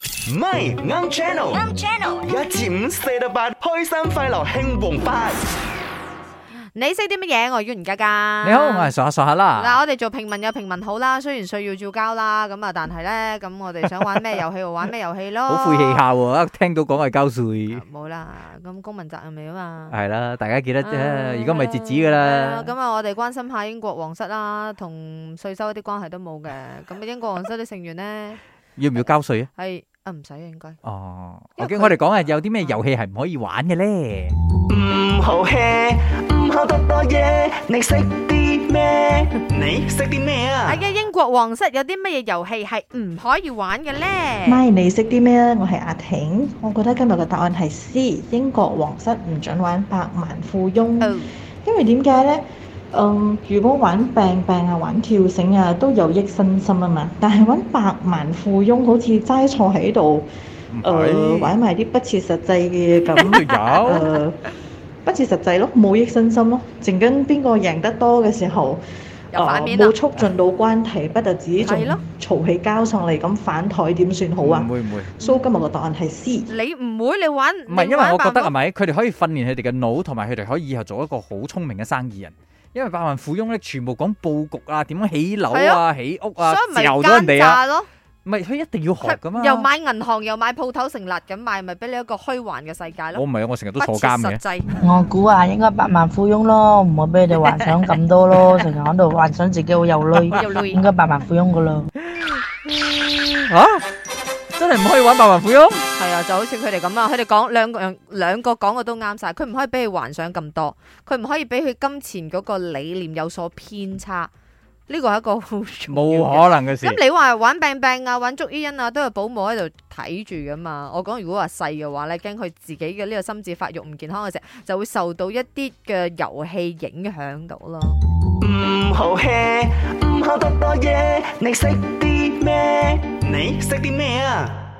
唔係啱 channel，啱 channel 一至五四到八，開心快樂興旺八。你識啲乜嘢？我係袁家家。你好，我係傻下傻下嗱，啦。我哋做平民有平民好啦，雖然需要照交啦，咁啊，但係咧，咁我哋想玩咩遊戲就玩咩遊戲咯。好晦氣下喎，一聽到講係交税啊。，冇啦，咁公民責任嚟啊嘛。係啦，大家記得啊啫，如果唔係截止噶啦係。咁啊，我哋關心下英國皇室啦，同税收一啲關係都冇嘅。咁啊英國皇室啲成員咧要唔要交税啊？係啊，唔使啊，應該。哦，因我為佢我哋講係有啲咩遊戲係唔可以玩嘅咧？唔好 hea，唔好多多嘢，你識啲咩？你識啲咩啊係？嘅，英國皇室有啲乜嘢遊戲係唔可以玩嘅咧？咪你識啲咩啊咧？我係阿婷，我覺得今日嘅答案係 C，英國皇室唔准玩百萬富翁，哦因為點解咧？嗯，如果玩病病啊、玩跳繩啊，都有益身心啊嘛。但係玩百萬富翁好似齋坐喺度，誒、玩埋啲不切實際嘅嘢咁。 有誒不切實際咯，冇益身心咯。陣間邊個贏得多嘅時候，呃又反面啦啊冇促進到關係，不特止仲係咯嘈起交上嚟咁反台點算 好啊唔？會唔會？蘇今日個答案係 C。你唔會你玩？唔係，你因為玩我覺辦得公係咪佢哋可以訓練佢哋嘅腦，同埋佢哋可以以後做一個好聰明嘅生意人。因為百萬富翁咧，全部講佈局啊，點樣起樓係啊、起屋啊所以，咪嚼咗人奸哋啊，詐咯，唔係佢一定要學噶嘛佢。又買銀行又買鋪頭成立咁買，咪俾你一個虛幻嘅世界我咯，唔係啊，我成日不都切坐監實嘅。際。我估啊，應該百萬富翁咯，唔好俾佢哋幻想咁多咯，成日喺度幻想自己好有有鐳，鐳應該百萬富翁噶咯。啊！真係唔可以玩百萬富翁。係啊，就好似佢哋咁啊，佢哋講兩個人兩個講嘅都啱晒，佢唔可以俾佢幻想咁多，佢唔可以俾佢金錢嗰個理念有所偏差，呢個係一個好重要嘅冇可能嘅事。咁你話玩病病啊，玩捉伊人啊，都有保姆喺度睇住噶嘛。我講如果話細嘅話咧，驚佢自己嘅呢個心智發育唔健康嘅時候，就會受到一啲嘅遊戲影響到咯。唔好 hea，唔好多多嘢，你識啲咩？你識啲咩啊？